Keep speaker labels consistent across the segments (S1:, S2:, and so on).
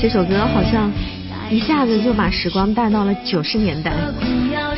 S1: 这首歌好像一下子就把时光带到了九十年代，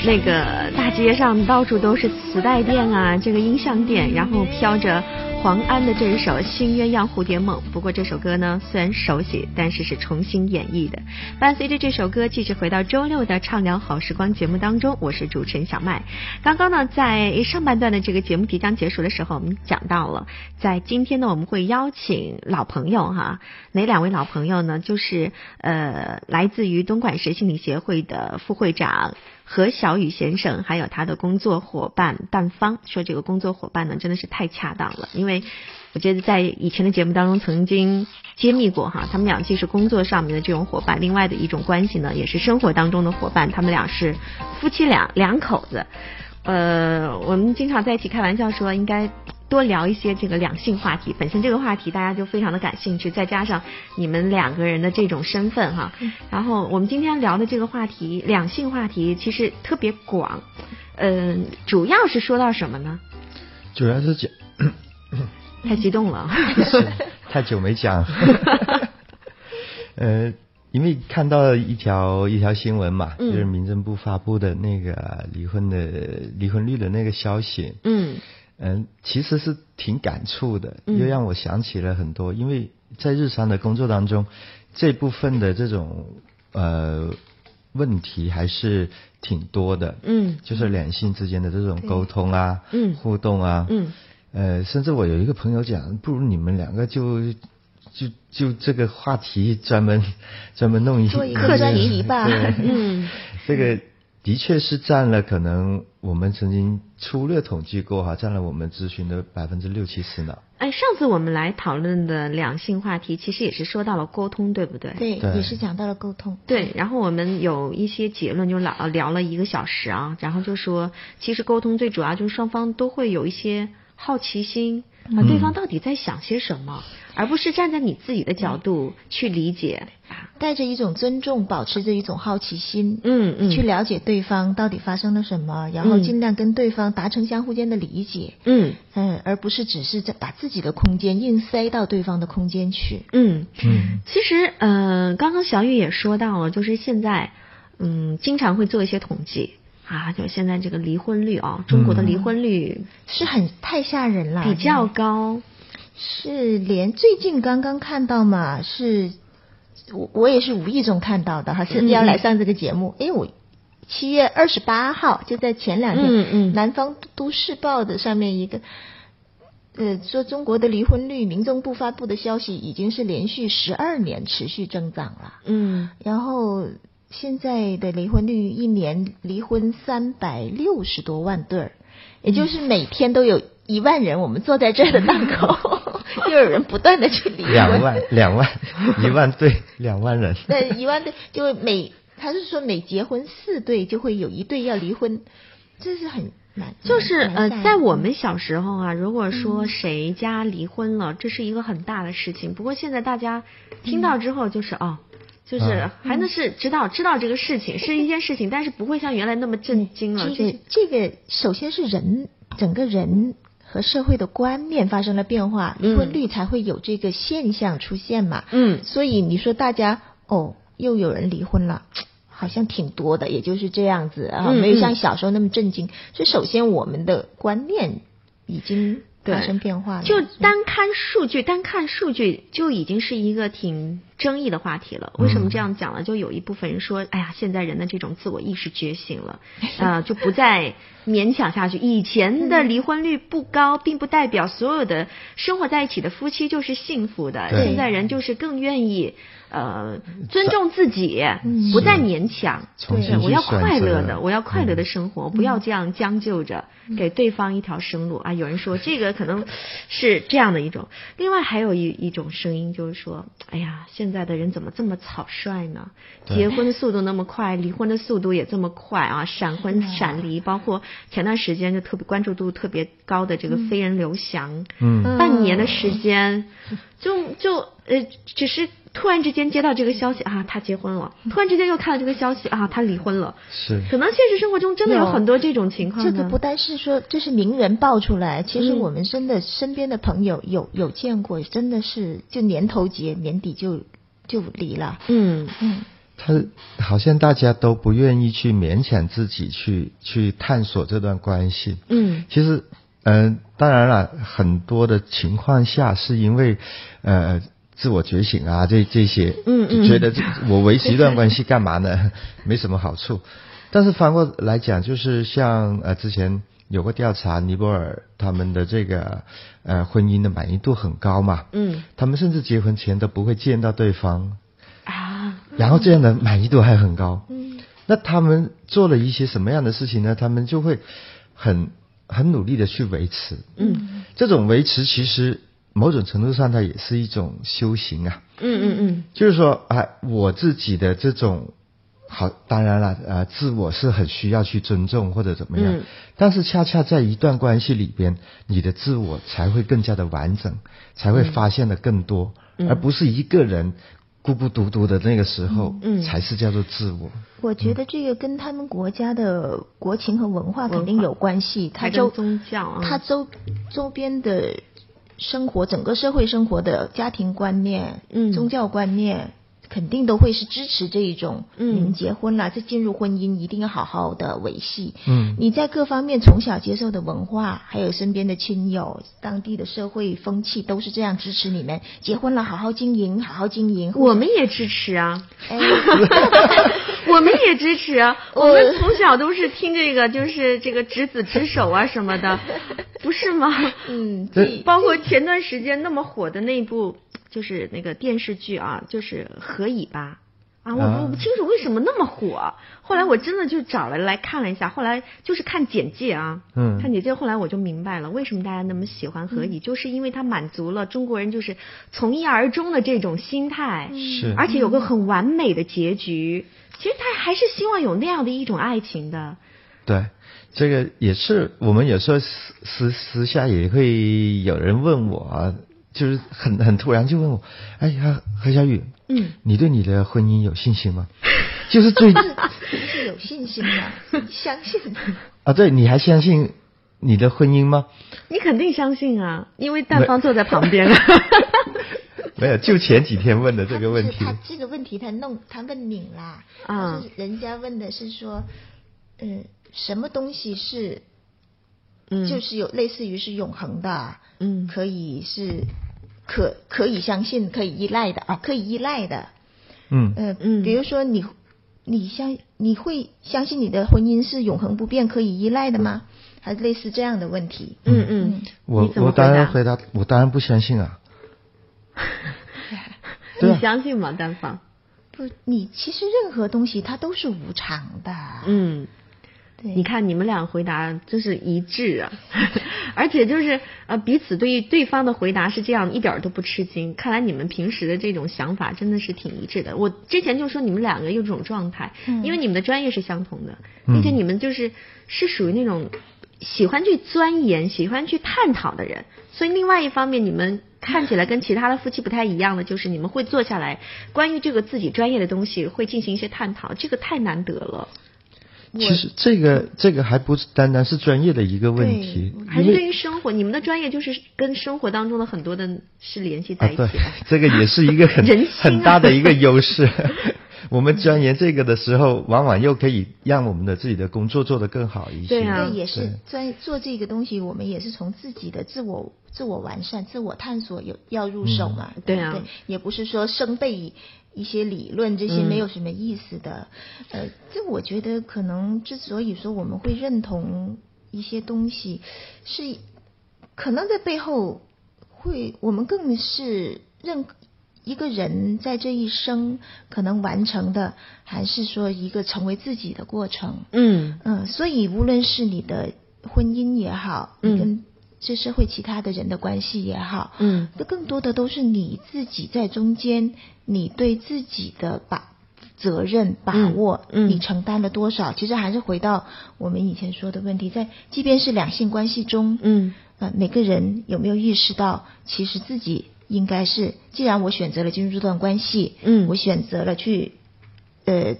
S1: 那个大街上到处都是磁带店啊，这个音像店，然后飘着黄安的这一首《新鸳鸯蝴蝶梦》。不过这首歌呢，虽然熟悉，但是是重新演绎的。伴随着这首歌，继续回到周六的畅聊好时光节目当中，我是主持人小麦。刚刚呢，在上半段的这个节目即将结束的时候，我们讲到了，在今天呢，我们会邀请老朋友哈、哪两位老朋友呢？就是呃，来自于东莞市心理协会的副会长呃何小雨先生，还有他的工作伙伴蛋芳。说这个工作伙伴呢，真的是太恰当了，因为我觉得在以前的节目当中曾经揭秘过哈，他们俩既是工作上面的这种伙伴，另外的一种关系呢，也是生活当中的伙伴，他们俩是夫妻俩两口子。呃，我们经常在一起开玩笑说，应该多聊一些这个两性话题。本身这个话题大家就非常的感兴趣，再加上你们两个人的这种身份哈，然后我们今天聊的这个话题，两性话题其实特别广，呃，主要是说到什么呢？
S2: 主要是讲
S1: 太激动了，
S2: 是太久没 讲，呃，因为看到一条一条新闻嘛，
S1: 嗯
S2: 就是民政部发布的那个离婚的离婚率的那个消息，
S1: 嗯
S2: 嗯，其实是挺感触的，
S1: 嗯
S2: 又让我想起了很多，因为在日常的工作当中，这部分的这种呃问题还是挺多的，
S1: 嗯
S2: 就是两性之间的这种沟通啊、
S1: 嗯
S2: 互动啊，
S1: 嗯，
S2: 呃，甚至我有一个朋友讲，不如你们两个就就就这个话题专门专门弄一
S3: 做一
S1: 课
S3: 个专
S1: 题
S3: 题吧。
S2: 对
S1: 嗯
S2: 这个的确是占了可能我们曾经粗略统计过哈，占了我们咨询的百分之六七十呢。
S1: 哎，上次我们来讨论的两性话题，其实也是说到了沟通，对不对？
S3: 对，
S2: 对
S3: 也是讲到了沟通。
S1: 对，然后我们有一些结论，就聊聊了一个小时啊，然后就说，其实沟通最主要就是双方都会有一些好奇心，啊，对方到底在想些什么，而不是站在你自己的角度去理解。
S3: 带着一种尊重，保持着一种好奇心，
S1: 嗯嗯
S3: 去了解对方到底发生了什么，然后
S1: 嗯
S3: 尽量跟对方达成相互间的理解，
S1: 嗯
S3: 嗯，而不是只是在把自己的空间硬塞到对方的空间去。
S1: 嗯，
S2: 嗯，
S1: 其实，呃，刚刚小雨也说到了，就是现在，嗯，经常会做一些统计啊，就现在这个离婚率啊，中国的离婚率
S3: 是很太吓人了，
S1: 比较
S3: 真的
S1: 高。
S3: 是连最近刚刚看到嘛，是我我也是无意中看到的哈，
S1: 嗯
S3: 是要来上这个节目，因为我七月二十八号就在前两天，
S1: 嗯嗯
S3: 南方都市报的上面一个。呃，说中国的离婚率，民政部发布的消息已经是连续十二年持续增长了。
S1: 嗯
S3: 然后现在的离婚率一年离婚三百六十多万对儿，
S1: 嗯
S3: 也就是每天都有一万人，我们坐在这儿的档 口，又有人不断的去离婚，
S2: 两万两万一万对两万人，
S3: 对一万对，就每他是说每结婚四对就会有一对要离婚，这是很难，
S1: 就是
S3: 蛮
S1: 呃
S3: 吓人，
S1: 在
S3: 的
S1: 我们小时候啊，如果
S3: 嗯
S1: 说谁家离婚了，这是一个很大的事情。不过现在大家
S3: 嗯
S1: 听到之后就是、哦，就是
S2: 啊
S1: 还能是知道知道这个事情是一件事情，但是不会像原来那么震惊了。就
S3: 嗯这
S1: 是
S3: 个这个，首先是人整个人和社会的观念发生了变化，
S1: 嗯
S3: 离婚率才会有这个现象出现嘛。
S1: 嗯
S3: 所以你说大家哦，又有人离婚了。好像挺多的，也就是这样子啊，
S1: 嗯
S3: 没有
S1: 嗯
S3: 像小时候那么震惊。所以首先我们的观念已经
S1: 对
S3: 发生变化了，
S1: 就
S3: 嗯
S1: 单看数据，单看数据就已经是一个挺争议的话题了。为什么这样讲呢？就有一部分人说，哎呀，现在人的这种自我意识觉醒 了，啊、就不再勉强下去。以前的离婚率不高，并不代表所有的生活在一起的夫妻就是幸福的。
S2: 对
S1: 现在人就是更愿意，呃，尊重自己，
S3: 嗯
S1: 不再勉强。
S2: 重
S1: 对，
S2: 新去
S1: 我要
S2: 选
S1: 快乐
S2: 择
S1: 的，我要快乐的生活，不要这样将就着，给对方一条生路啊！有人说这个可能是这样的一种，另外还有一一种声音就是说，哎呀，现在的人怎么这么草率呢？
S2: 对
S1: 结婚的速度那么快，离婚的速度也这么快啊！闪婚闪离，包括前段时间就特别关注度特别高的这个飞人刘翔，
S2: 嗯，
S3: 嗯
S1: 半年的时间，就就呃，只是突然之间接到这个消息啊，他结婚了；突然之间又看到这个消息啊，他离婚了。
S2: 是
S1: 可能现实生活中真的有很多这种情况
S3: 这
S1: 呢。
S3: 个不单是说这是名人爆出来，其实
S1: 嗯
S3: 我们真的身边的朋友有有见过，真的是就年头结年底就就离了。
S1: 嗯
S3: 嗯，
S2: 他好像大家都不愿意去勉强自己去去探索这段关系。
S1: 嗯
S2: 其实，嗯、当然了，很多的情况下是因为，呃，自我觉醒啊，这这些，
S1: 嗯嗯
S2: 就觉得这我维持一段关系干 嘛呢？没什么好处。但是反过来讲，就是像呃之前有个调查，尼泊尔他们的这个呃婚姻的满意度很高嘛，
S1: 嗯
S2: 他们甚至结婚前都不会见到对方，
S1: 啊
S2: 然后这样的满意度还很高。
S3: 嗯
S2: 那他们做了一些什么样的事情呢？他们就会很很努力的去维持。
S1: 嗯
S2: 这种维持其实某种程度上它也是一种修行啊，
S1: 嗯嗯嗯
S2: 就是说啊，我自己的这种好，当然了，呃，自我是很需要去尊重或者怎么样，
S1: 嗯
S2: 但是恰恰在一段关系里边，你的自我才会更加的完整，才会发现的更多，
S1: 嗯
S2: 而不是一个人孤孤独独的那个时候，
S1: 嗯嗯
S2: 才是叫做自我。
S3: 我觉
S1: 嗯
S3: 得这个跟他们国家的国情和文化肯定有关系，它
S1: 还
S3: 周
S1: 跟宗教啊
S3: 它周周边的生活，整个社会生活的家庭观念、
S1: 嗯
S3: 宗教观念，肯定都会是支持这一种。
S1: 嗯
S3: 你们结婚了，再进入婚姻，一定要好好的维系。
S2: 嗯
S3: 你在各方面从小接受的文化，还有身边的亲友、当地的社会风气，都是这样支持你们结婚了，好好经营，好好经 营。
S1: 我们也支持 啊，
S3: 哎
S1: 我们也支持啊，
S3: 我
S1: 我们从小都是听这个，就是这个执子之手啊什么的， 不是吗？
S3: 嗯，
S2: 这
S1: 包括前段时间那么火的那部就是那个电视剧啊，就是《何以吧》啊，我
S2: 啊
S1: 我不清楚为什么那么火，后来我真的就找了来看了一下，后来就是看简介啊，
S2: 嗯
S1: 看简介后来我就明白了为什么大家那么喜欢何以，就是因为它满足了中国人就是从一而终的这种心
S3: 嗯
S1: 态，
S2: 是
S1: 而且有个很完美的结局。其实他还是希望有那样的一种爱情的，
S2: 对，这个也是我们有时候私私私下也会有人问我啊，就是很很突然就问我，哎呀，何小雨，
S1: 嗯，
S2: 你对你的婚姻有信心吗？ 就是最
S3: 是有信心 的，相信的。
S2: 啊，对，你还相信你的婚姻吗？
S1: 你肯定相信啊，因为蛋芳坐在旁 边了。
S2: 没有，就前几天问的这个问题
S3: 他不是他这个问题他弄他问你啦，
S1: 啊
S3: 就是人家问的是说，嗯，什么东西是、
S1: 嗯，
S3: 就是有类似于是永恒的，
S1: 嗯
S3: 可以是可可以相信、可以依赖的啊，可以依赖的，
S2: 嗯
S3: 呃、
S1: 嗯
S3: 比如说你你相你会相信你的婚姻是永恒不变、可以依赖的吗？还是类似这样的问题？
S1: 嗯嗯，
S2: 我
S1: 你怎么
S2: 我当然
S1: 回
S2: 回答，我当然不相信啊。对啊
S1: 你相信吗，丹芳？
S3: 不，你其实任何东西它都是无常的，
S1: 嗯，
S3: 对，
S1: 你看你们俩回答真是一致啊， 而且就是呃彼此对于对方的回答是这样，一点儿都不吃惊。看来你们平时的这种想法真的是挺一致的。我之前就说你们两个有这种状态，
S3: 嗯
S1: 因为你们的专业是相同的，
S2: 嗯
S1: 并且你们就是是属于那种喜欢去钻研、喜欢去探讨的人。所以另外一方面，你们看起来跟其他的夫妻不太一样的，就是你们会坐下来，关于这个自己专业的东西会进行一些探讨，这个太难得了。
S2: 其实这个这个还不是单单是专业的一个问
S3: 对
S2: 题，
S1: 还
S2: 因
S1: 是
S2: 为
S1: 对于生活，你们的专业就是跟生活当中的很多的是联系
S2: 啊
S1: 在，一起
S2: 对
S1: 的。，
S2: 这个也是一个很、
S1: 人心啊
S2: 很大的一个优势。 我们钻研这个的时候，往往又可以让我们的自己的工作做得更好一些。
S1: 对啊
S3: 对，也是
S2: 对
S3: 在做这个东西，我们也是从自己的自我、自我完善、自我探索有要入手嘛，
S1: 对
S3: 对不
S1: 啊
S3: 对，也不是说生背一些理论，这些
S1: 嗯
S3: 没有什么意思的。呃，这我觉得可能之所以说我们会认同一些东西，是可能在背后会，我们更是认一个人在这一生可能完成的，还是说一个成为自己的过程。
S1: 嗯
S3: 嗯，所以无论是你的婚姻也好，
S1: 嗯
S3: 你跟这社会其他的人的关系也好，
S1: 嗯
S3: 这更多的都是你自己在中间，你对自己的把责任把握，
S1: 嗯嗯
S3: 你承担了多少？其实还是回到我们以前说的问题，在即便是两性关系中，
S1: 嗯
S3: 呃，每个人有没有意识到，其实自己应该是，既然我选择了进入这段关系，
S1: 嗯
S3: 我选择了去，呃，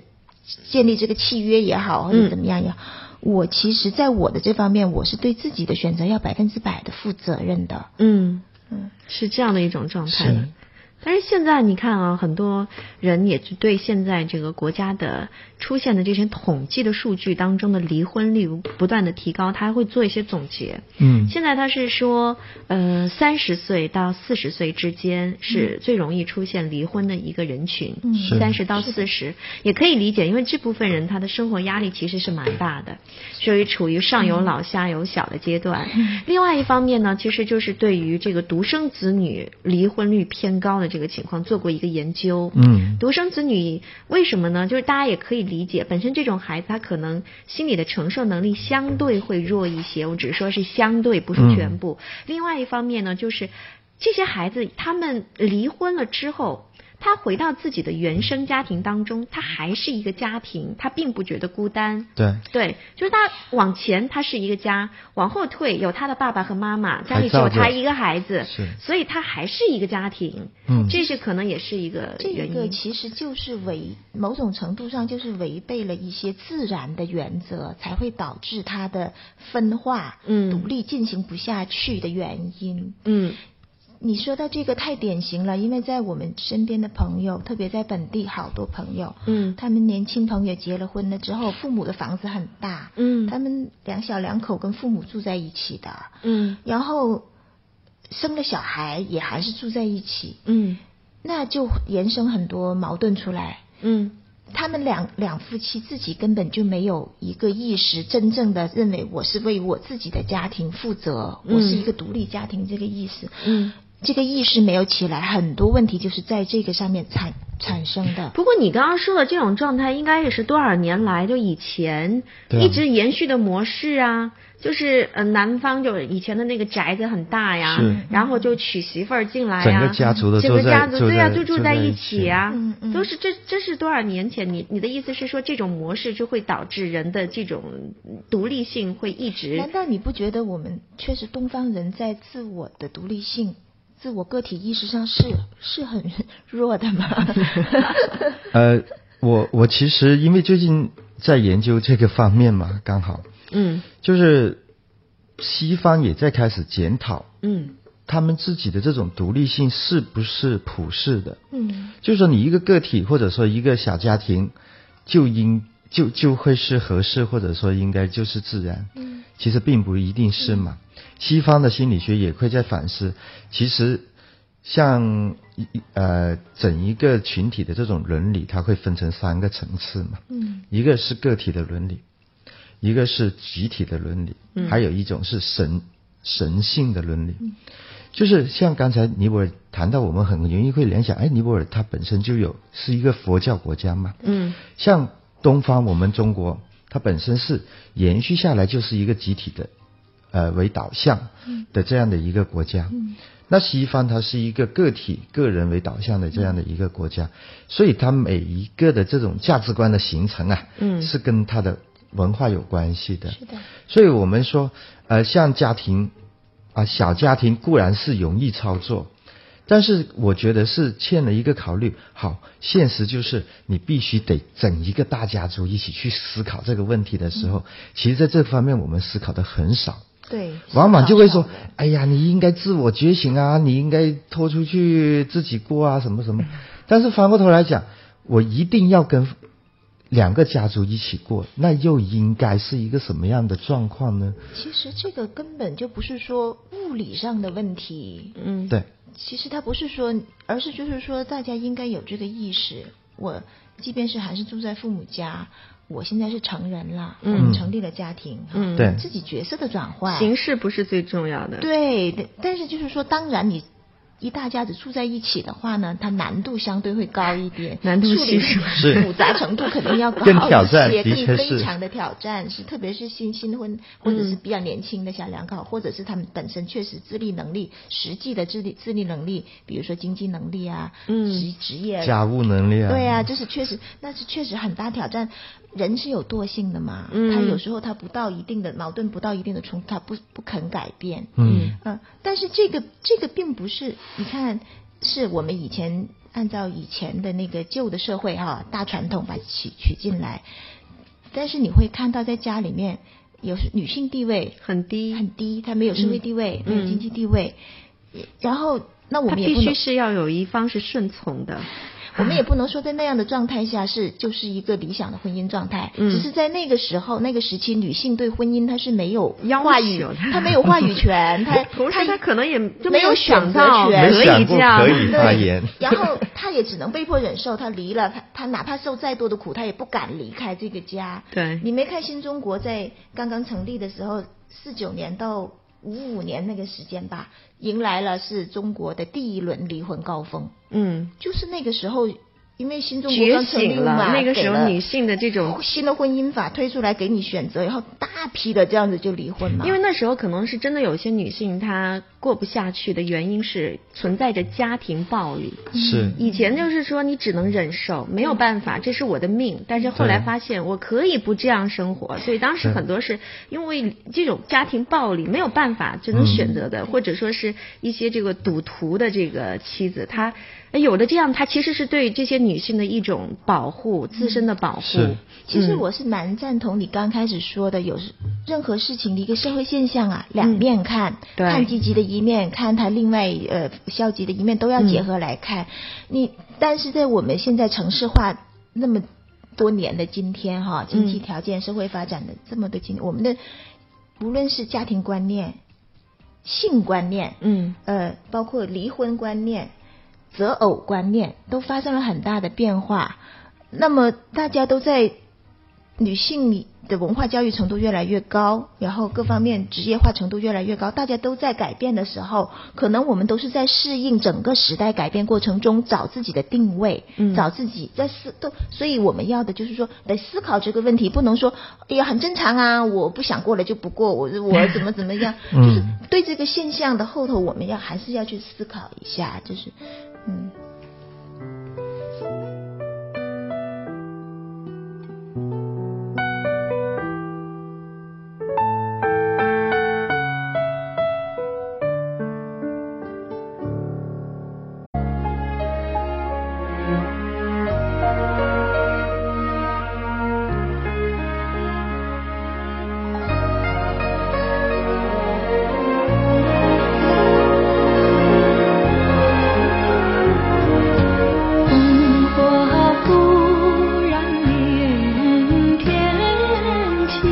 S3: 建立这个契约也好，
S1: 嗯
S3: 或者怎么样也好，我其实在我的这方面，我是对自己的选择要百分之百的负责任的。
S1: 嗯，
S3: 嗯，
S1: 是这样的一种状态
S2: 是
S1: 的。但是现在你看啊，很多人也是对现在这个国家的出现的这些统计的数据当中的离婚率不断的提高，他还会做一些总结。
S2: 嗯
S1: 现在他是说，呃，三十岁到四十岁之间是最容易出现离婚的一个人群，
S3: 嗯是
S1: 三十到
S3: 是
S1: 四
S3: 的
S1: 十也可以理解，因为这部分人他的生活压力其实是蛮大的，所以处于上有老下有小的阶段。
S3: 嗯
S1: 另外一方面呢，其实就是对于这个独生子女离婚率偏高的这个情况做过一个研究，
S2: 嗯
S1: 独生子女为什么呢？就是大家也可以理解，本身这种孩子他可能心理的承受能力相对会弱一些，我只是说是相对，不是全部。
S2: 嗯
S1: 另外一方面呢，就是这些孩子他们离婚了之后。他回到自己的原生家庭当中，他还是一个家庭，他并不觉得孤单。
S2: 对，
S1: 对，就是他往前，他是一个家；往后退，有他的爸爸和妈妈，家里
S2: 还
S1: 只
S2: 照
S1: 有
S2: 着
S1: 他一个孩子
S2: 是，
S1: 所以他还是一个家庭。
S2: 嗯
S1: 这是可能也是一个
S3: 这
S1: 原因。
S3: 个其实就是违某种程度上就是违背了一些自然的原则，才会导致它的分化、
S1: 嗯
S3: 独立进行不下去的原因。
S1: 嗯
S3: 你说到这个太典型了，因为在我们身边的朋友，特别在本地，好多朋友，
S1: 嗯
S3: 他们年轻朋友结了婚了之后，父母的房子很大，
S1: 嗯
S3: 他们两小两口跟父母住在一起的，
S1: 嗯
S3: 然后生了小孩也还是住在一起，
S1: 嗯
S3: 那就衍生很多矛盾出来。
S1: 嗯
S3: 他们两两夫妻自己根本就没有一个意识，真正的认为我是为我自己的家庭负责，
S1: 嗯
S3: 我是一个独立家庭这个意识，
S1: 嗯。
S3: 这个意识没有起来，很多问题就是在这个上面产产生的。
S1: 不过你刚刚说的这种状态，应该也是多少年来就以前
S2: 对啊
S1: 一直延续的模式啊，就是呃男方就是以前的那个宅子很大呀
S2: 是，
S1: 然后就娶媳妇儿进来
S2: 整个
S1: 呀。
S2: 家族的
S1: 整
S2: 都
S1: 个
S2: 在
S1: 家族对呀、
S2: 都
S1: 就住
S2: 在
S1: 在一
S2: 起
S1: 起啊，
S3: 嗯嗯
S1: 都是这这是多少年前？你你的意思是说，这种模式就会导致人的这种独立性会一直
S3: 难道你不觉得我们确实东方人在自我的独立性、自我个体意识上是是很弱的吗？
S2: 呃，我我其实因为最近在研究这个方面嘛，刚好
S1: 嗯
S2: 就是西方也在开始检讨
S1: 嗯
S2: 他们自己的这种独立性是不是普世的，
S3: 嗯
S2: 就是说你一个个体或者说一个小家庭就应就就会是合适或者说应该就是自然，
S3: 嗯
S2: 其实并不一定是嘛。西方的心理学也会在反思，其实像一呃整一个群体的这种伦理，它会分成三个层次嘛，
S3: 嗯
S2: 一个是个体的伦理，一个是集体的伦理，
S1: 嗯
S2: 还有一种是神神性的伦理。就是像刚才尼泊尔谈到，我们很容易会联想，哎，尼泊尔它本身就有是一个佛教国家嘛，
S1: 嗯
S2: 像东方，我们中国，它本身是延续下来就是一个集体的，呃为导向的这样的一个国家。
S3: 嗯
S2: 那西方它是一个个体、个人为导向的这样的一个国家，所以它每一个的这种价值观的形成啊，
S1: 嗯
S2: 是跟它的文化有关系的。
S3: 是的，
S2: 所以我们说，呃，像家庭啊，小家庭固然是容易操作，但是我觉得是欠了一个考虑。好，现实就是你必须得整一个大家族一起去思考这个问题的时候，其实在这方面我们思考的很少。
S3: 对，
S2: 往往就会说
S3: 少少的：“
S2: 哎呀，你应该自我觉醒啊，你应该拖出去自己过啊，什么什么。”但是反过头来讲，我一定要跟两个家族一起过，那又应该是一个什么样的状况呢？
S3: 其实这个根本就不是说物理上的问题，
S1: 嗯，
S2: 对，
S3: 其实它不是说，而是就是说大家应该有这个意识。我即便是还是住在父母家，我现在是成人了，
S1: 嗯
S3: 我成立了家庭，
S1: 嗯
S2: 对
S3: 自己角色的转换，
S1: 形式不是最重要的。
S3: 对，但但是就是说，当然你一大家子住在一起的话呢，它难度相对会高一 点，
S1: 难度
S3: 处理
S1: 系数
S2: 是
S3: 复杂程度肯定要高一些，
S2: 更挑战的确
S3: 更
S2: 是嗯
S3: 非常的挑战，是特别是新新婚或者是比较年轻的小两口，或者是他们本身确实自立能力、实际的自立自立能力，比如说经济能力啊，
S1: 嗯
S3: 职职业
S2: 家务能力啊，
S3: 对啊，就是确实，那是确实很大挑战。人是有惰性的嘛，
S1: 嗯
S3: 他有时候他不到一定的矛盾，不到一定的冲突，他不不肯改变。
S2: 嗯
S3: 嗯、但是这个这个并不是，你看，是我们以前按照以前的那个旧的社会哈、大传统把取取进来，但是你会看到在家里面有时女性地位
S1: 很低，
S3: 很低，她没有社会地位，
S1: 嗯
S3: 没有经济地位，然后那我
S1: 他
S3: 们也
S1: 必
S3: 不
S1: 须
S3: 能，
S1: 是要有一方是顺从的，
S3: 我们也不能说在那样的状态下是就是一个理想的婚姻状态。
S1: 嗯
S3: 只是在那个时候、那个时期，女性对婚姻她是没有
S1: 要
S3: 话语
S1: 求的，
S3: 她 没有话语 权，她
S1: 同时他可能也就
S3: 没有
S1: 有
S3: 选
S1: 想
S3: 择
S1: 到
S3: 权
S1: 可
S2: 没想
S1: 以
S2: 过
S1: 这样，
S2: 可以发
S3: 对
S2: 言
S3: 然后她也只能被迫忍受，她离了，她她哪怕受再多的苦，她也不敢离开这个家。
S1: 对
S3: 你没看新中国在刚刚成立的时候，四九年到五五年那个时间吧，迎来了是中国的第一轮离婚高峰，
S1: 嗯，
S3: 就是那个时候，因为新中国
S1: 觉
S3: 刚成立
S1: 醒
S3: 嘛，
S1: 了，那个
S3: 给
S1: 时候
S3: 了
S1: 女性的这种。
S3: 新的婚姻法推出来给你选择，然后大批的这样子就离婚嘛，
S1: 因为那时候可能是真的有些女性她过不下去的原因是存在着家庭暴力，
S2: 是
S1: 以前就是说你只能忍受，没有办法，这是我的命。但是后来发现我可以不这样生活，所以当时
S2: 对
S1: 很多是因为这种家庭暴力没有办法，只能
S2: 嗯
S1: 选择的，或者说是一些这个赌徒的这个妻子，她哎有的这样，她其实是对这些女性的一种保护，自身的保护。
S2: 是
S3: 其实
S1: 嗯
S3: 我是蛮赞同你刚开始说的，有时任何事情的一个社会现象啊，两面看，
S1: 嗯对
S3: 看积极的一面，看它另外呃消极的一面都要结合来看。你但是在我们现在城市化那么多年的今天
S1: 嗯
S3: 哈、经济条件、社会发展的这么多今天，我们的无论是家庭观念、性观念，
S1: 嗯，
S3: 呃，包括离婚观念、择偶观念都发生了很大的变化。那么大家都在女性的文化教育程度越来越高，然后各方面职业化程度越来越高，大家都在改变的时候，可能我们都是在适应整个时代改变过程中找自己的定位，
S1: 嗯
S3: 找自己在思都，所以我们要的就是说得思考这个问题，不能说哎呀很正常啊，我不想过了就不过，我我怎么怎么样，就是
S2: 嗯
S3: 对这个现象的后头，我们要还是要去思考一下，就是嗯。
S4: 灯火不让连天起，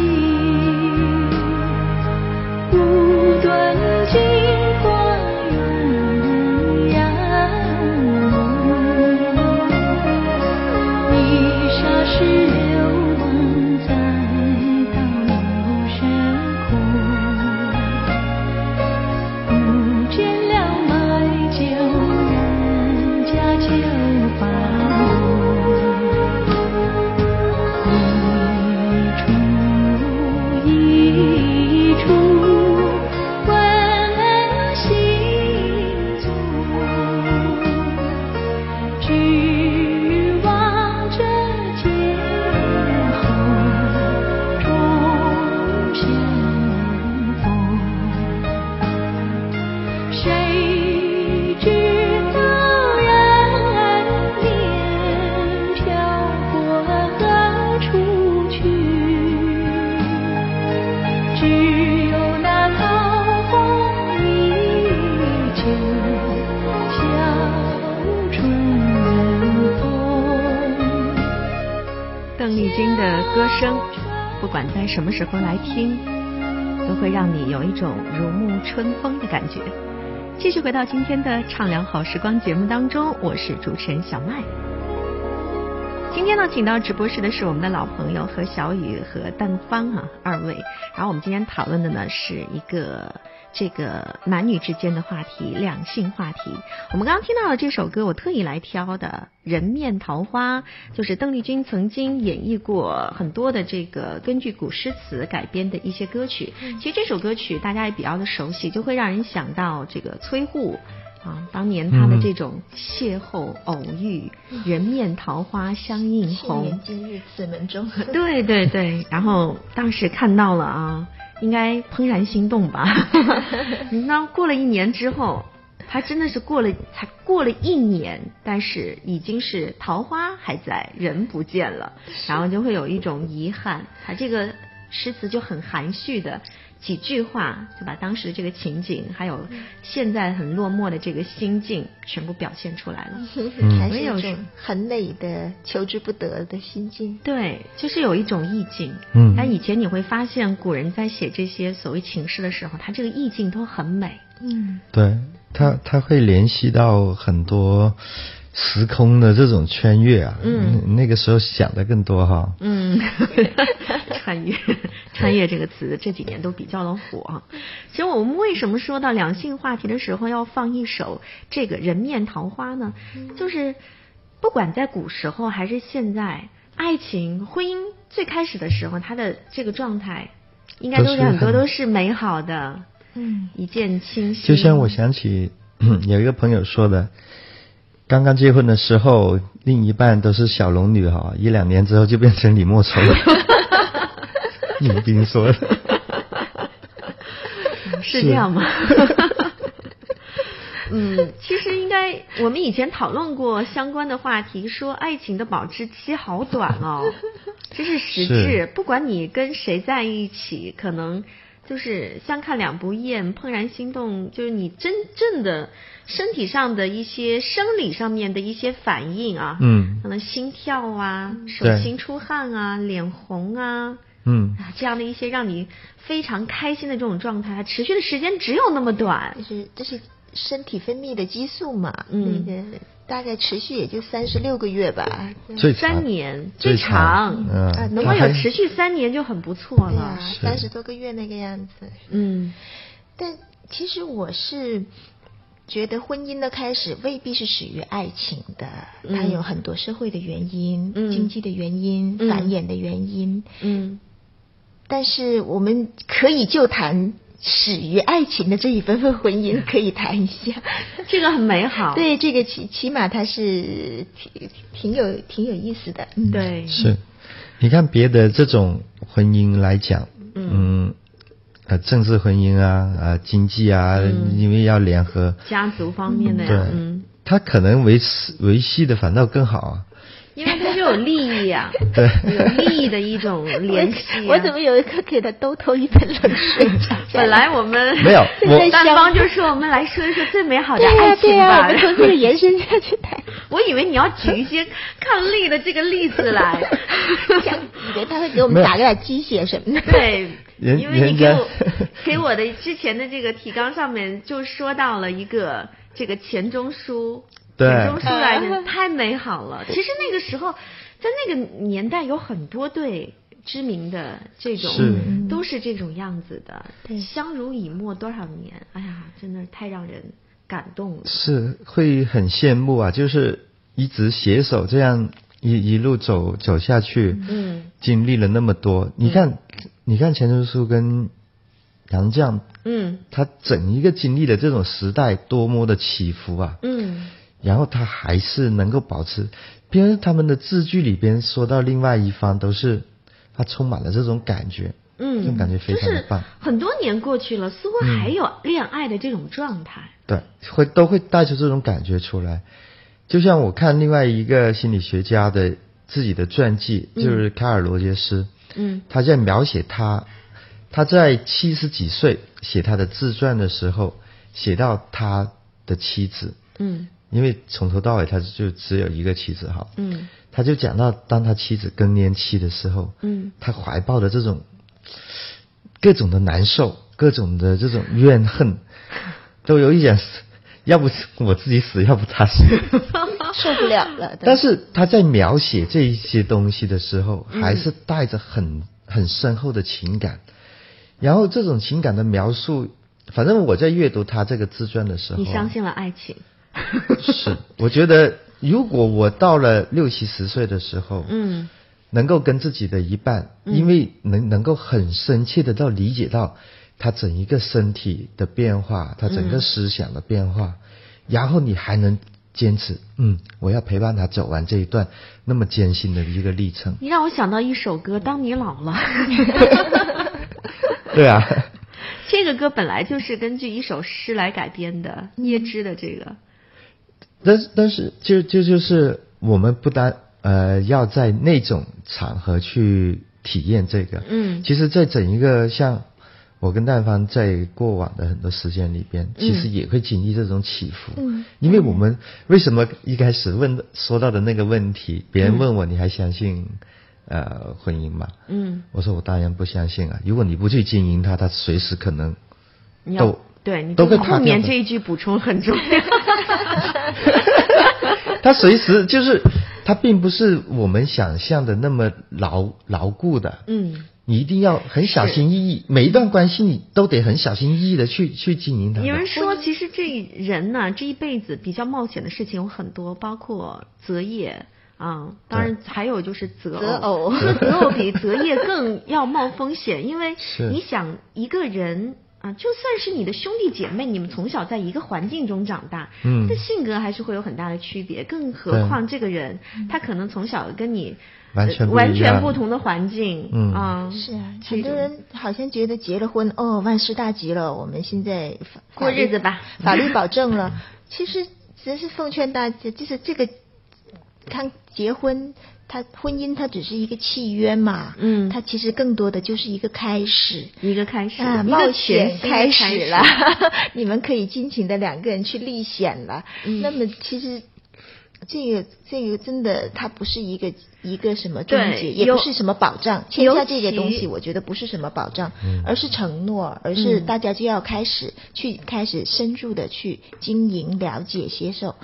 S4: 无端经过鸳鸯梦，一霎时流光再到柳深空。不见了买酒人家酒吧红，一处一处问行踪，只望这街后终相逢。谁知道人面飘过何处去？只有那桃红依旧，笑春人风。
S1: 邓丽君的歌声，不管在什么时候来听，都会让你有一种如沐春风的感觉。继续回到今天的《畅聊好时光》节目当中，我是主持人小麦。今天呢，请到直播室的是我们的老朋友何小雨和邓芳啊二位。然后我们今天讨论的呢是一个这个男女之间的话题，两性话题。我们刚刚听到的这首歌，我特意来挑的《人面桃花》，就是邓丽君曾经演绎过很多的这个根据古诗词改编的一些歌曲。其实这首歌曲大家也比较的熟悉，就会让人想到这个崔护。啊，当年他的
S2: 嗯
S1: 这种邂逅、偶遇、人面桃花相映
S3: 去
S1: 红
S3: 年，今日此门中，
S1: 对对对，然后当时看到了啊，应该怦然心动吧？那过了一年之后，还真的是过了，才过了一年，但是已经是桃花还在，人不见了，然后就会有一种遗憾，他这个诗词就很含蓄的几句话，就把当时这个情景，还有现在很落寞的这个心境，全部表现出来了。
S3: 还是
S1: 没有
S3: 一
S1: 什
S3: 种
S1: 么
S3: 很美的求之不得的心境。
S1: 对，就是有一种意境。
S2: 嗯
S1: 但以前你会发现，古人在写这些所谓情诗的时候，他这个意境都很美。
S3: 嗯，
S2: 对，它它会联系到很多时空的这种穿越啊。嗯，那个时候想的更多哈。
S1: 嗯， 穿越，穿越这个词这几年都比较的火。其实我们为什么说到两性话题的时候要放一首这个《人面桃花》呢？就是不管在古时候还是现在，爱情、婚姻最开始的时候，它的这个状态应该
S2: 都
S1: 都是
S2: 是
S1: 很多
S2: 很
S1: 都是美好的，
S3: 嗯，
S1: 一见倾心。
S2: 就像我想起 有一个朋友说的，刚刚结婚的时候，另一半都是小龙女哈，一两年之后就变成李莫 愁了。尹斌说的，
S1: 是
S2: 是
S1: 这样吗？嗯，其实应该我们以前讨论过相关的话题，说爱情的保质期好短哦，这是实
S2: 是
S1: 质。不管你跟谁在一起，可能就是相看两不厌，怦然心动，就是你真正的身体上的一些生理上面的一些反应啊，
S2: 嗯
S1: 可能心跳啊、手
S2: 对
S1: 心出汗啊、脸红啊，
S2: 嗯，
S1: 啊，这样的一些让你非常开心的这种状态，它持续的时间只有那么短
S3: 就。是这是身体分泌的激素嘛，
S1: 嗯
S3: 那个大概持续也就三十六个月吧。
S2: 最长
S1: 三年
S2: 最
S1: 长，
S2: 嗯
S3: 啊，
S1: 能够
S2: 它还
S1: 有持续三年就很不错
S3: 对啊
S1: 了。，
S2: 是
S3: 三十多个月那个样子。
S1: 嗯
S3: 但其实我是觉得婚姻的开始未必是始于爱情的，
S1: 嗯
S3: 它有很多社会的原因、
S1: 嗯
S3: 经济的原因、
S1: 嗯
S3: 繁衍的原因。
S1: 嗯，
S3: 但是我们可以就谈始于爱情的这一份份婚姻，可以谈一 下。
S1: 嗯这个很美好。
S3: 对，这个起起码它是挺挺有挺有意思的。嗯，
S1: 对，
S2: 是，你看别的这种婚姻来讲，嗯，呃，政治婚姻啊，啊，经济啊，因为要联合，
S1: 嗯家族方面的
S2: 对
S1: 呀，嗯，，
S2: 他可能维持维系的反倒更好啊。
S1: 因为它就有利益啊，
S2: 对
S1: 有利益的一种联系啊、
S3: 我怎么有一个给他兜头一盆冷水？
S1: 本来我们
S2: 没有我
S1: 单方就说我们来说一说最美好的
S3: 对呀、
S1: 爱
S3: 对
S1: 情
S3: 呀、
S1: 吧。
S3: 我们从这个延伸下去 谈。
S1: 我以为你要举一些 抗力的这个例子来。
S3: 想以为他会给我
S2: 没
S3: 们
S2: 有
S3: 打个鸡血什 么的。
S1: 对，
S2: 人
S1: 因为你给
S2: 人家
S1: 我 给我的之前的这个提纲上面就说到了一个这个钱钟书，
S2: 对
S1: 钱钟书来的太美好了。其实那个时候，在那个年代有很多对。知名的这种
S2: 是
S1: 都是这种样子的，
S3: 对
S1: 相濡以沫多少年，哎呀，真的太让人感动了。
S2: 是会很羡慕啊，就是一直携手这样一一路走走下去，
S1: 嗯，
S2: 经历了那么多，你看，你看钱钟书跟杨绛，
S1: 嗯
S2: 他整一个经历的这种时代多么的起伏啊，
S1: 嗯，
S2: 然后他还是能够保持，因为他们的字句里边说到另外一方都是，他充满了这种感觉，
S1: 嗯
S2: 这种感觉非
S1: 就
S2: 常的
S1: 是
S2: 棒，嗯
S1: 很多年过去了，似乎还有恋爱的这种状态。
S2: 对，会都会带出这种感觉出来。就像我看另外一个心理学家的自己的传记，就是卡尔罗杰斯，
S1: 嗯
S2: 他在描写他，他在七十几岁写他的自传的时候，写到他的妻子，
S1: 嗯
S2: 因为从头到尾他就只有一个妻子哈，
S1: 嗯
S2: 他就讲到，当他妻子更年期的时候，
S1: 嗯，
S2: 他怀抱的这种各种的难受，各种的这种怨恨， 都有一点，要不是我自己死，要不他死。
S3: 受不了了。对
S2: 但是他在描写这一些东西的时候，
S1: 嗯
S2: 还是带着很很深厚的情感。然后这种情感的描述，反正我在阅读他这个自传的时候啊，
S1: 你相信了爱情？
S2: 是，我觉得如果我到了六七十岁的时候，
S1: 嗯，
S2: 能够跟自己的一半，因为能能够很深切的到理解到他整一个身体的变化，他整个思想的变化，然后你还能坚持，嗯，我要陪伴他走完这一段那么艰辛的一个历程
S1: 你让我想到一首歌，《当你老了》。
S2: 对啊，
S1: 这个歌本来就是根据一首诗来改编的，叶芝的这个。
S2: 但是但是就就就是我们不单呃要在那种场合去体验这个。
S3: 嗯
S2: 其实，在整一个像我跟蛋芳在过往的很多时间里
S1: 嗯
S2: 边，其实也会经历这种起伏。
S3: 嗯，
S2: 因为我们为什么一开始问呃说到的那个问
S1: 嗯
S2: 题，别人问我你还相信呃婚姻吗？
S1: 嗯，
S2: 我说我当然不相信啊！如果你不去经营它，它随时可能
S1: 你要
S2: 都
S1: 对你
S2: 都
S1: 这
S2: 会
S1: 个后
S2: 垮掉
S1: 面
S2: 的
S1: 这一句补充很 重要。
S2: 它随时就是它并不是我们想象的那么牢牢固的。
S1: 嗯，
S2: 你一定要很小心翼翼，每一段关系你都得很小心翼翼的去去经营它的。
S1: 有人说，其实这人呢、这一辈子比较冒险的事情有很多，包括择业啊、当然还有就是择
S3: 择
S1: 偶
S3: 偶。
S1: 这择偶比择业更要冒风险，因为
S2: 是
S1: 你想一个人啊，就算是你的兄弟姐妹，你们从小在一个环境中长大，
S2: 嗯
S1: 这性格还是会有很大的区别。更何况这个人，
S3: 嗯
S1: 他可能从小跟你
S2: 完
S1: 呃
S2: 全不一
S1: 完全
S2: 样
S1: 不同的环境，
S2: 嗯
S1: 啊，
S3: 是啊，
S1: 这
S3: 很多
S1: 种
S3: 人好像觉得结了婚哦，万事大吉了，我们现在法
S1: 过日子吧
S3: 法律法律保证 了。其实只是奉劝大家，就是这个，看结婚，它婚姻它只是一个契约嘛，
S1: 嗯
S3: 它其实更多的就是一个开始。
S1: 一个开始，
S3: 啊，
S1: 一个
S3: 冒
S1: 全
S3: 险
S1: 新的
S3: 开
S1: 始
S3: 始了， 你们可以尽情的两个人去历险了。
S1: 嗯
S3: 那么其实。这个这个真的，它不是一个一个什么终
S1: 对
S3: 结，也
S1: 尤
S3: 不是什么保障。签
S1: 尤
S3: 下这个东
S1: 其
S3: 西，我觉得不是什么保障，
S2: 嗯
S3: 而是承诺，而是
S1: 嗯
S3: 大家就要开始去开始深入的去经营、了解、携手。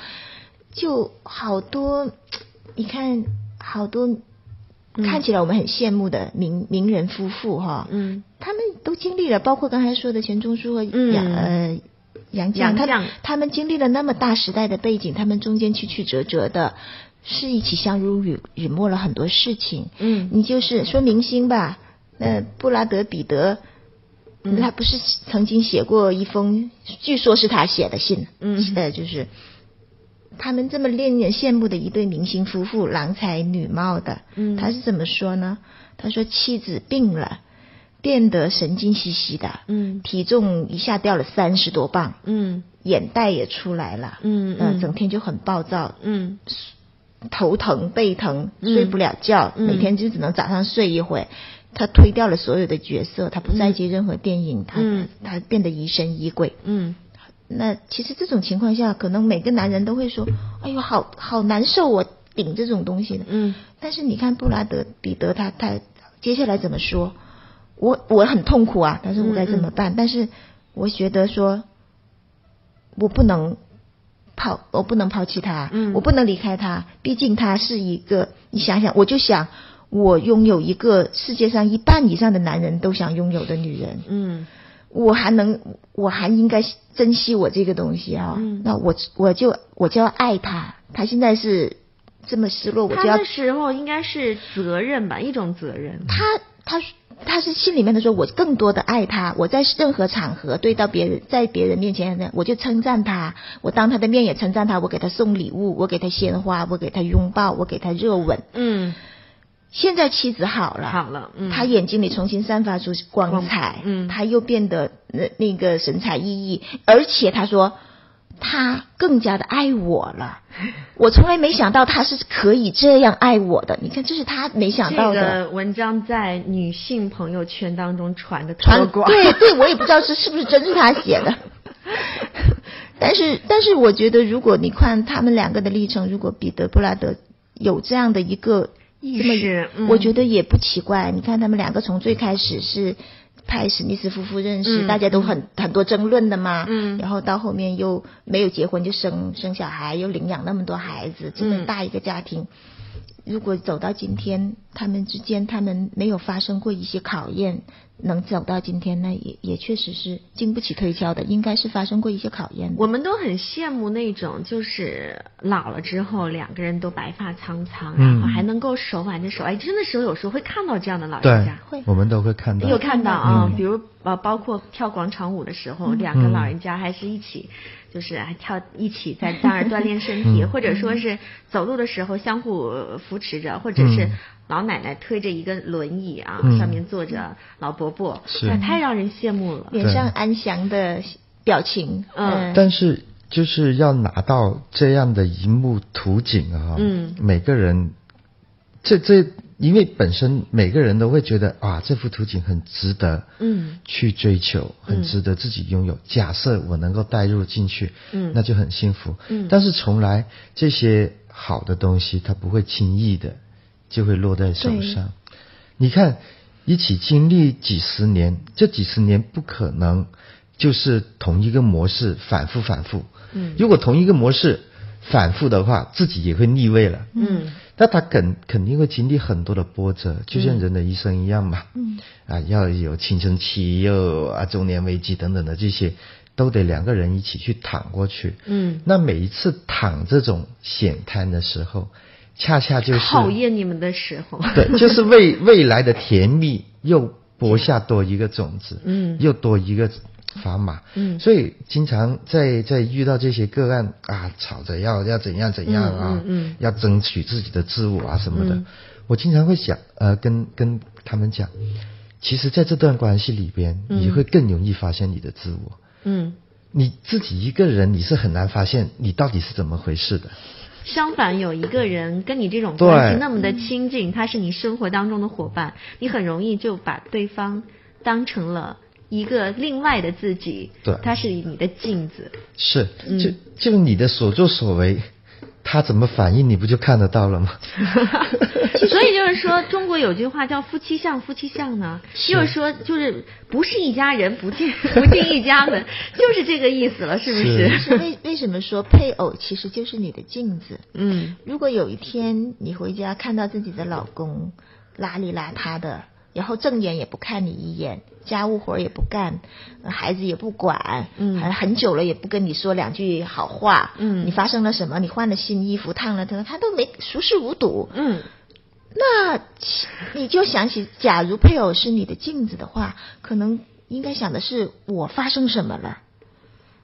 S3: 就好多，你看好多
S1: 嗯
S3: 看起来我们很羡慕的名名人夫妇哈、
S1: 嗯，
S3: 他们都经历了，包括刚才说的钱钟书和杨、
S1: 嗯
S3: 呃杨绛，
S1: 杨
S3: 他
S1: 绛
S3: 们他们经历了那么大时代的背景，他们中间曲曲折折的，是一起相濡以以沫了很多事情。
S1: 嗯
S3: 你就是说明星吧，那布拉德彼得。
S1: 嗯
S3: 他不是曾经写过一封，据说是他写的信，
S1: 嗯
S3: 呃，就是他们这么令人羡慕的一对明星夫妇，郎才女貌的，
S1: 嗯
S3: 他是怎么说呢？他说妻子病了，变得神经兮兮的，
S1: 嗯
S3: 体重一下掉了三十多磅，
S1: 嗯
S3: 眼袋也出来了，
S1: 嗯
S3: 呃
S1: 嗯
S3: 整天就很暴躁，
S1: 嗯
S3: 头疼背疼，
S1: 嗯
S3: 睡不了觉，
S1: 嗯
S3: 每天就只能早上睡一会。他推掉了所有的角色，他不再接任何电影，
S1: 嗯
S3: 他他变得疑神疑鬼。
S1: 嗯
S3: 那其实这种情况下，可能每个男人都会说：“哎呦，好好难受，我顶这种东西的。”
S1: 嗯
S3: 但是你看布拉德彼得他他接下来怎么说？我我很痛苦啊，但是我该怎么办？
S1: 嗯
S3: 但是我觉得说，我不能抛，我不能抛弃他，
S1: 嗯
S3: 我不能离开他，毕竟他是一个，你想想，我就想。我拥有一个世界上一半以上的男人都想拥有的女人，
S1: 嗯
S3: 我还能，我还应该珍惜我这个东西啊、
S1: 嗯
S3: 那我我就我就要爱他，他现在是这么失落，我就
S1: 他
S3: 要
S1: 那时候应该是责任吧，一种责任。
S3: 他他他是心里面的说，我更多的爱他，我在任何场合对到别人，在别人面前，我就称赞他，我当他的面也称赞他，我给他送礼物，我给他鲜花，我给他拥抱，我给他热吻。
S1: 嗯，
S3: 现在妻子好了，
S1: 好了，嗯，
S3: 他眼睛里重新散发出光彩，
S1: 嗯
S3: 他又变得那那个神采奕奕，而且他说他更加的爱我 了，我从来没想到他是可以这样爱我的，你看这是他没想到
S1: 这
S3: 的。
S1: 个文章在女性朋友圈当中传的
S3: 传
S1: 特广。
S3: 对对， 我也不知道是是不是真是他写的。但是，但是我觉得，如果你看他们两个的历程，如果彼得布拉德有这样的一个
S1: 意
S3: 这么
S1: 识嗯
S3: 我觉得也不奇怪。你看他们两个从最开始是派史密斯夫妇认识，
S1: 嗯
S3: 大家都很很多争论的嘛，
S1: 嗯
S3: 然后到后面又没有结婚就生生小孩，又领养那么多孩子，这么
S1: 嗯
S3: 大一个家庭。如果走到今天，他们之间他们没有发生过一些考验，能走到今天呢，也也确实是经不起推敲的，应该是发生过一些考验的。
S1: 我们都很羡慕那种，就是老了之后两个人都白发苍苍，
S2: 嗯
S1: 然后还能够手挽着手。哎，真的时候有时候会看到这样的老人
S2: 对
S1: 家，
S3: 会，
S2: 我们都会看到。
S1: 有看到啊，
S2: 嗯
S1: 比如呃，包括跳广场舞的时候，两个老人家还是一起，就是还跳一起在当然锻炼身体，
S2: 嗯
S1: 或者说是走路的时候相互扶持着，或者是
S2: 嗯
S1: 老奶奶推着一个轮椅啊，
S2: 嗯
S1: 上面坐着老伯伯，
S2: 是
S1: 那太让人羡慕了。
S3: 脸上安详的表情，
S1: 嗯
S3: 呃
S2: 但是就是要拿到这样的一幕图景啊，
S1: 嗯
S2: 每个人这这因为本身每个人都会觉得啊，这幅图景很值得，
S1: 嗯，
S2: 去追求，很值得自己拥有。假设我能够带入进去，
S1: 嗯
S2: 那就很幸福，
S1: 嗯
S2: 但是从来这些好的东西，它不会轻易的就会落在手上。你看，一起经历几十年，这几十年不可能就是同一个模式反复反复。
S1: 嗯
S2: 如果同一个模式反复的话，自己也会腻味了。
S1: 嗯
S2: 那他肯肯定会经历很多的波折，就像人的一生一样嘛。
S3: 嗯，
S2: 啊，要有青春期，又有啊中年危机等等的这些，都得两个人一起去躺过去。
S1: 嗯
S2: 那每一次躺这种险滩的时候，恰恰就是
S1: 考验你们的时候，
S2: 对，就是为未来的甜蜜又播下多一个种子，
S1: 嗯
S2: 又多一个砝码，
S1: 嗯
S2: 所以经常在在遇到这些个案啊，吵着要要怎样怎样啊，
S1: 嗯嗯嗯
S2: 要争取自己的自我啊什么的，
S1: 嗯
S2: 我经常会想，呃，跟跟他们讲，其实在这段关系里边，
S1: 嗯
S2: 你会更容易发现你的自我。
S1: 嗯，
S2: 你自己一个人，你是很难发现你到底是怎么回事的。
S1: 相反，有一个人跟你这种
S2: 对
S1: 关系那么的亲近，他是你生活当中的伙伴，你很容易就把对方当成了一个另外的自己，
S2: 对
S1: 他是你的镜 子，
S2: 是，
S1: 嗯
S2: 就就你的所作所为，他怎么反应，你不就看得到了吗？
S1: 所以就是说，中国有句话叫“夫妻相，夫妻相”呢，
S2: 是
S1: 就是说，就是不是一家人，不进不进一家门，就是这个意思了，是不是？
S3: 是为为什么说配偶其实就是你的镜子？
S1: 嗯
S3: 如果有一天你回家看到自己的老公邋里邋遢的，然后正眼也不看你一眼，家务活儿也不干，呃孩子也不管，
S1: 嗯
S3: 还很久了也不跟你说两句好话，
S1: 嗯
S3: 你发生了什么？你换了新衣服，烫了头，他都没熟视无睹，
S1: 嗯，
S3: 那其你就想起，假如配偶是你的镜子的话，可能应该想的是我发生什么了。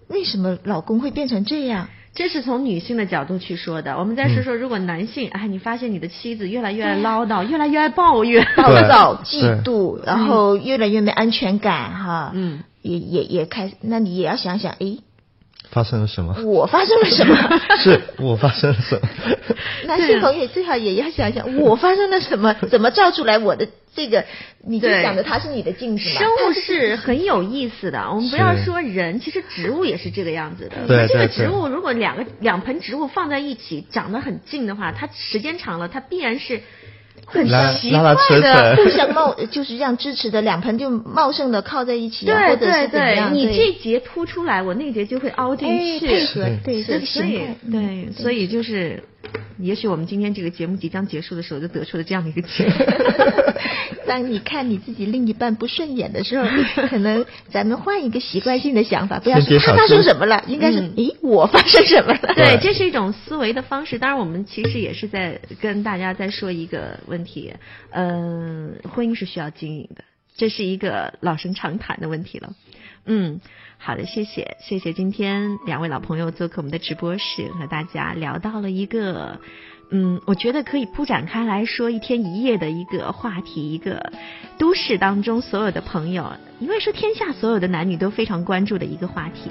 S3: 为什么老公会变成这样？
S1: 这是从女性的角度去说的。我们再
S2: 嗯
S1: 说说，如果男性，哎，你发现你的妻子越来越爱唠叨，越来越爱抱怨，
S3: 暴
S2: 对
S3: 躁、
S2: 对
S3: 嫉妒，然后越来越没安全感，哈，
S1: 嗯，
S3: 也也也开始，那你也要想想，诶，
S2: 发生了什么？
S3: 我发生了什 么？
S2: 是我发生了什么？
S3: 那是否也最好也要想想，我发生了什么？怎么照出来我的这个？你就
S1: 对
S3: 想着他是你的镜子嘛，
S1: 生物
S3: 它
S1: 是很有意思的，我们不要
S2: 是
S1: 说人，其实植物也是这个样子的。
S2: 对
S1: 这个
S2: 对对
S1: 植物如果两个两盆植物放在一起长得很近的话，它时间长了，它必然是很
S2: 拉
S1: 奇
S2: 拉拉
S1: 怪
S2: 扯
S1: 的。
S2: 扯
S3: 互相茂，就是让支持的两盆就茂盛的靠在一起、啊，
S1: 对
S3: 或者
S1: 对
S3: 是怎么
S1: 对，
S3: 样？
S1: 你
S3: 对
S1: 这节凸出来，我那节就会凹进
S3: 哎，
S1: 去。
S3: 配合
S2: 是
S3: 对
S1: 所
S3: 这
S1: 以
S3: 个形态，嗯
S1: 对，所以就是，也许我们今天这个节目即将结束的时候，就得出了这样的一个结论。
S3: 当你看你自己另一半不顺眼的时候，可能咱们换一个习惯性的想法，不要说
S2: 先别
S3: 他
S2: 少
S3: 发生
S2: 争
S3: 什么了，应该是
S1: 嗯
S3: 诶，我发生什么了。
S1: 对，
S2: 对
S1: 这是一种思维的方式。当然，我们其实也是在跟大家在说一个问题，嗯、婚姻是需要经营的，这是一个老生常谈的问题了。嗯，好的，谢谢，谢谢今天两位老朋友做客我们的直播室，和大家聊到了一个，嗯，我觉得可以铺展开来说一天一夜的一个话题，一个都市当中所有的朋友，因为说天下所有的男女都非常关注的一个话题。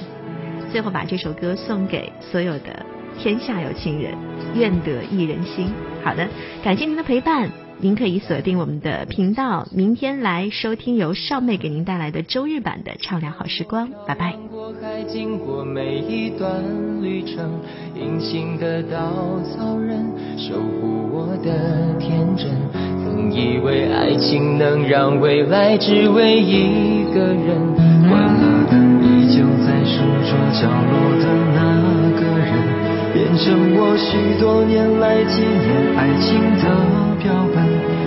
S1: 最后把这首歌送给所有的天下有情人，愿得一人心。好的，感谢您的陪伴，您可以锁定我们的频道，明天来收听由少妹给您带来的周日版的《畅聊好时光》，拜拜。
S4: 穿过海，经过每一段旅程，隐形的稻草人守护我的天真。曾以为爱情能让未来只为一个人，关了灯，依旧在书桌角落的那个人。变成我许多年来纪念爱情的标本。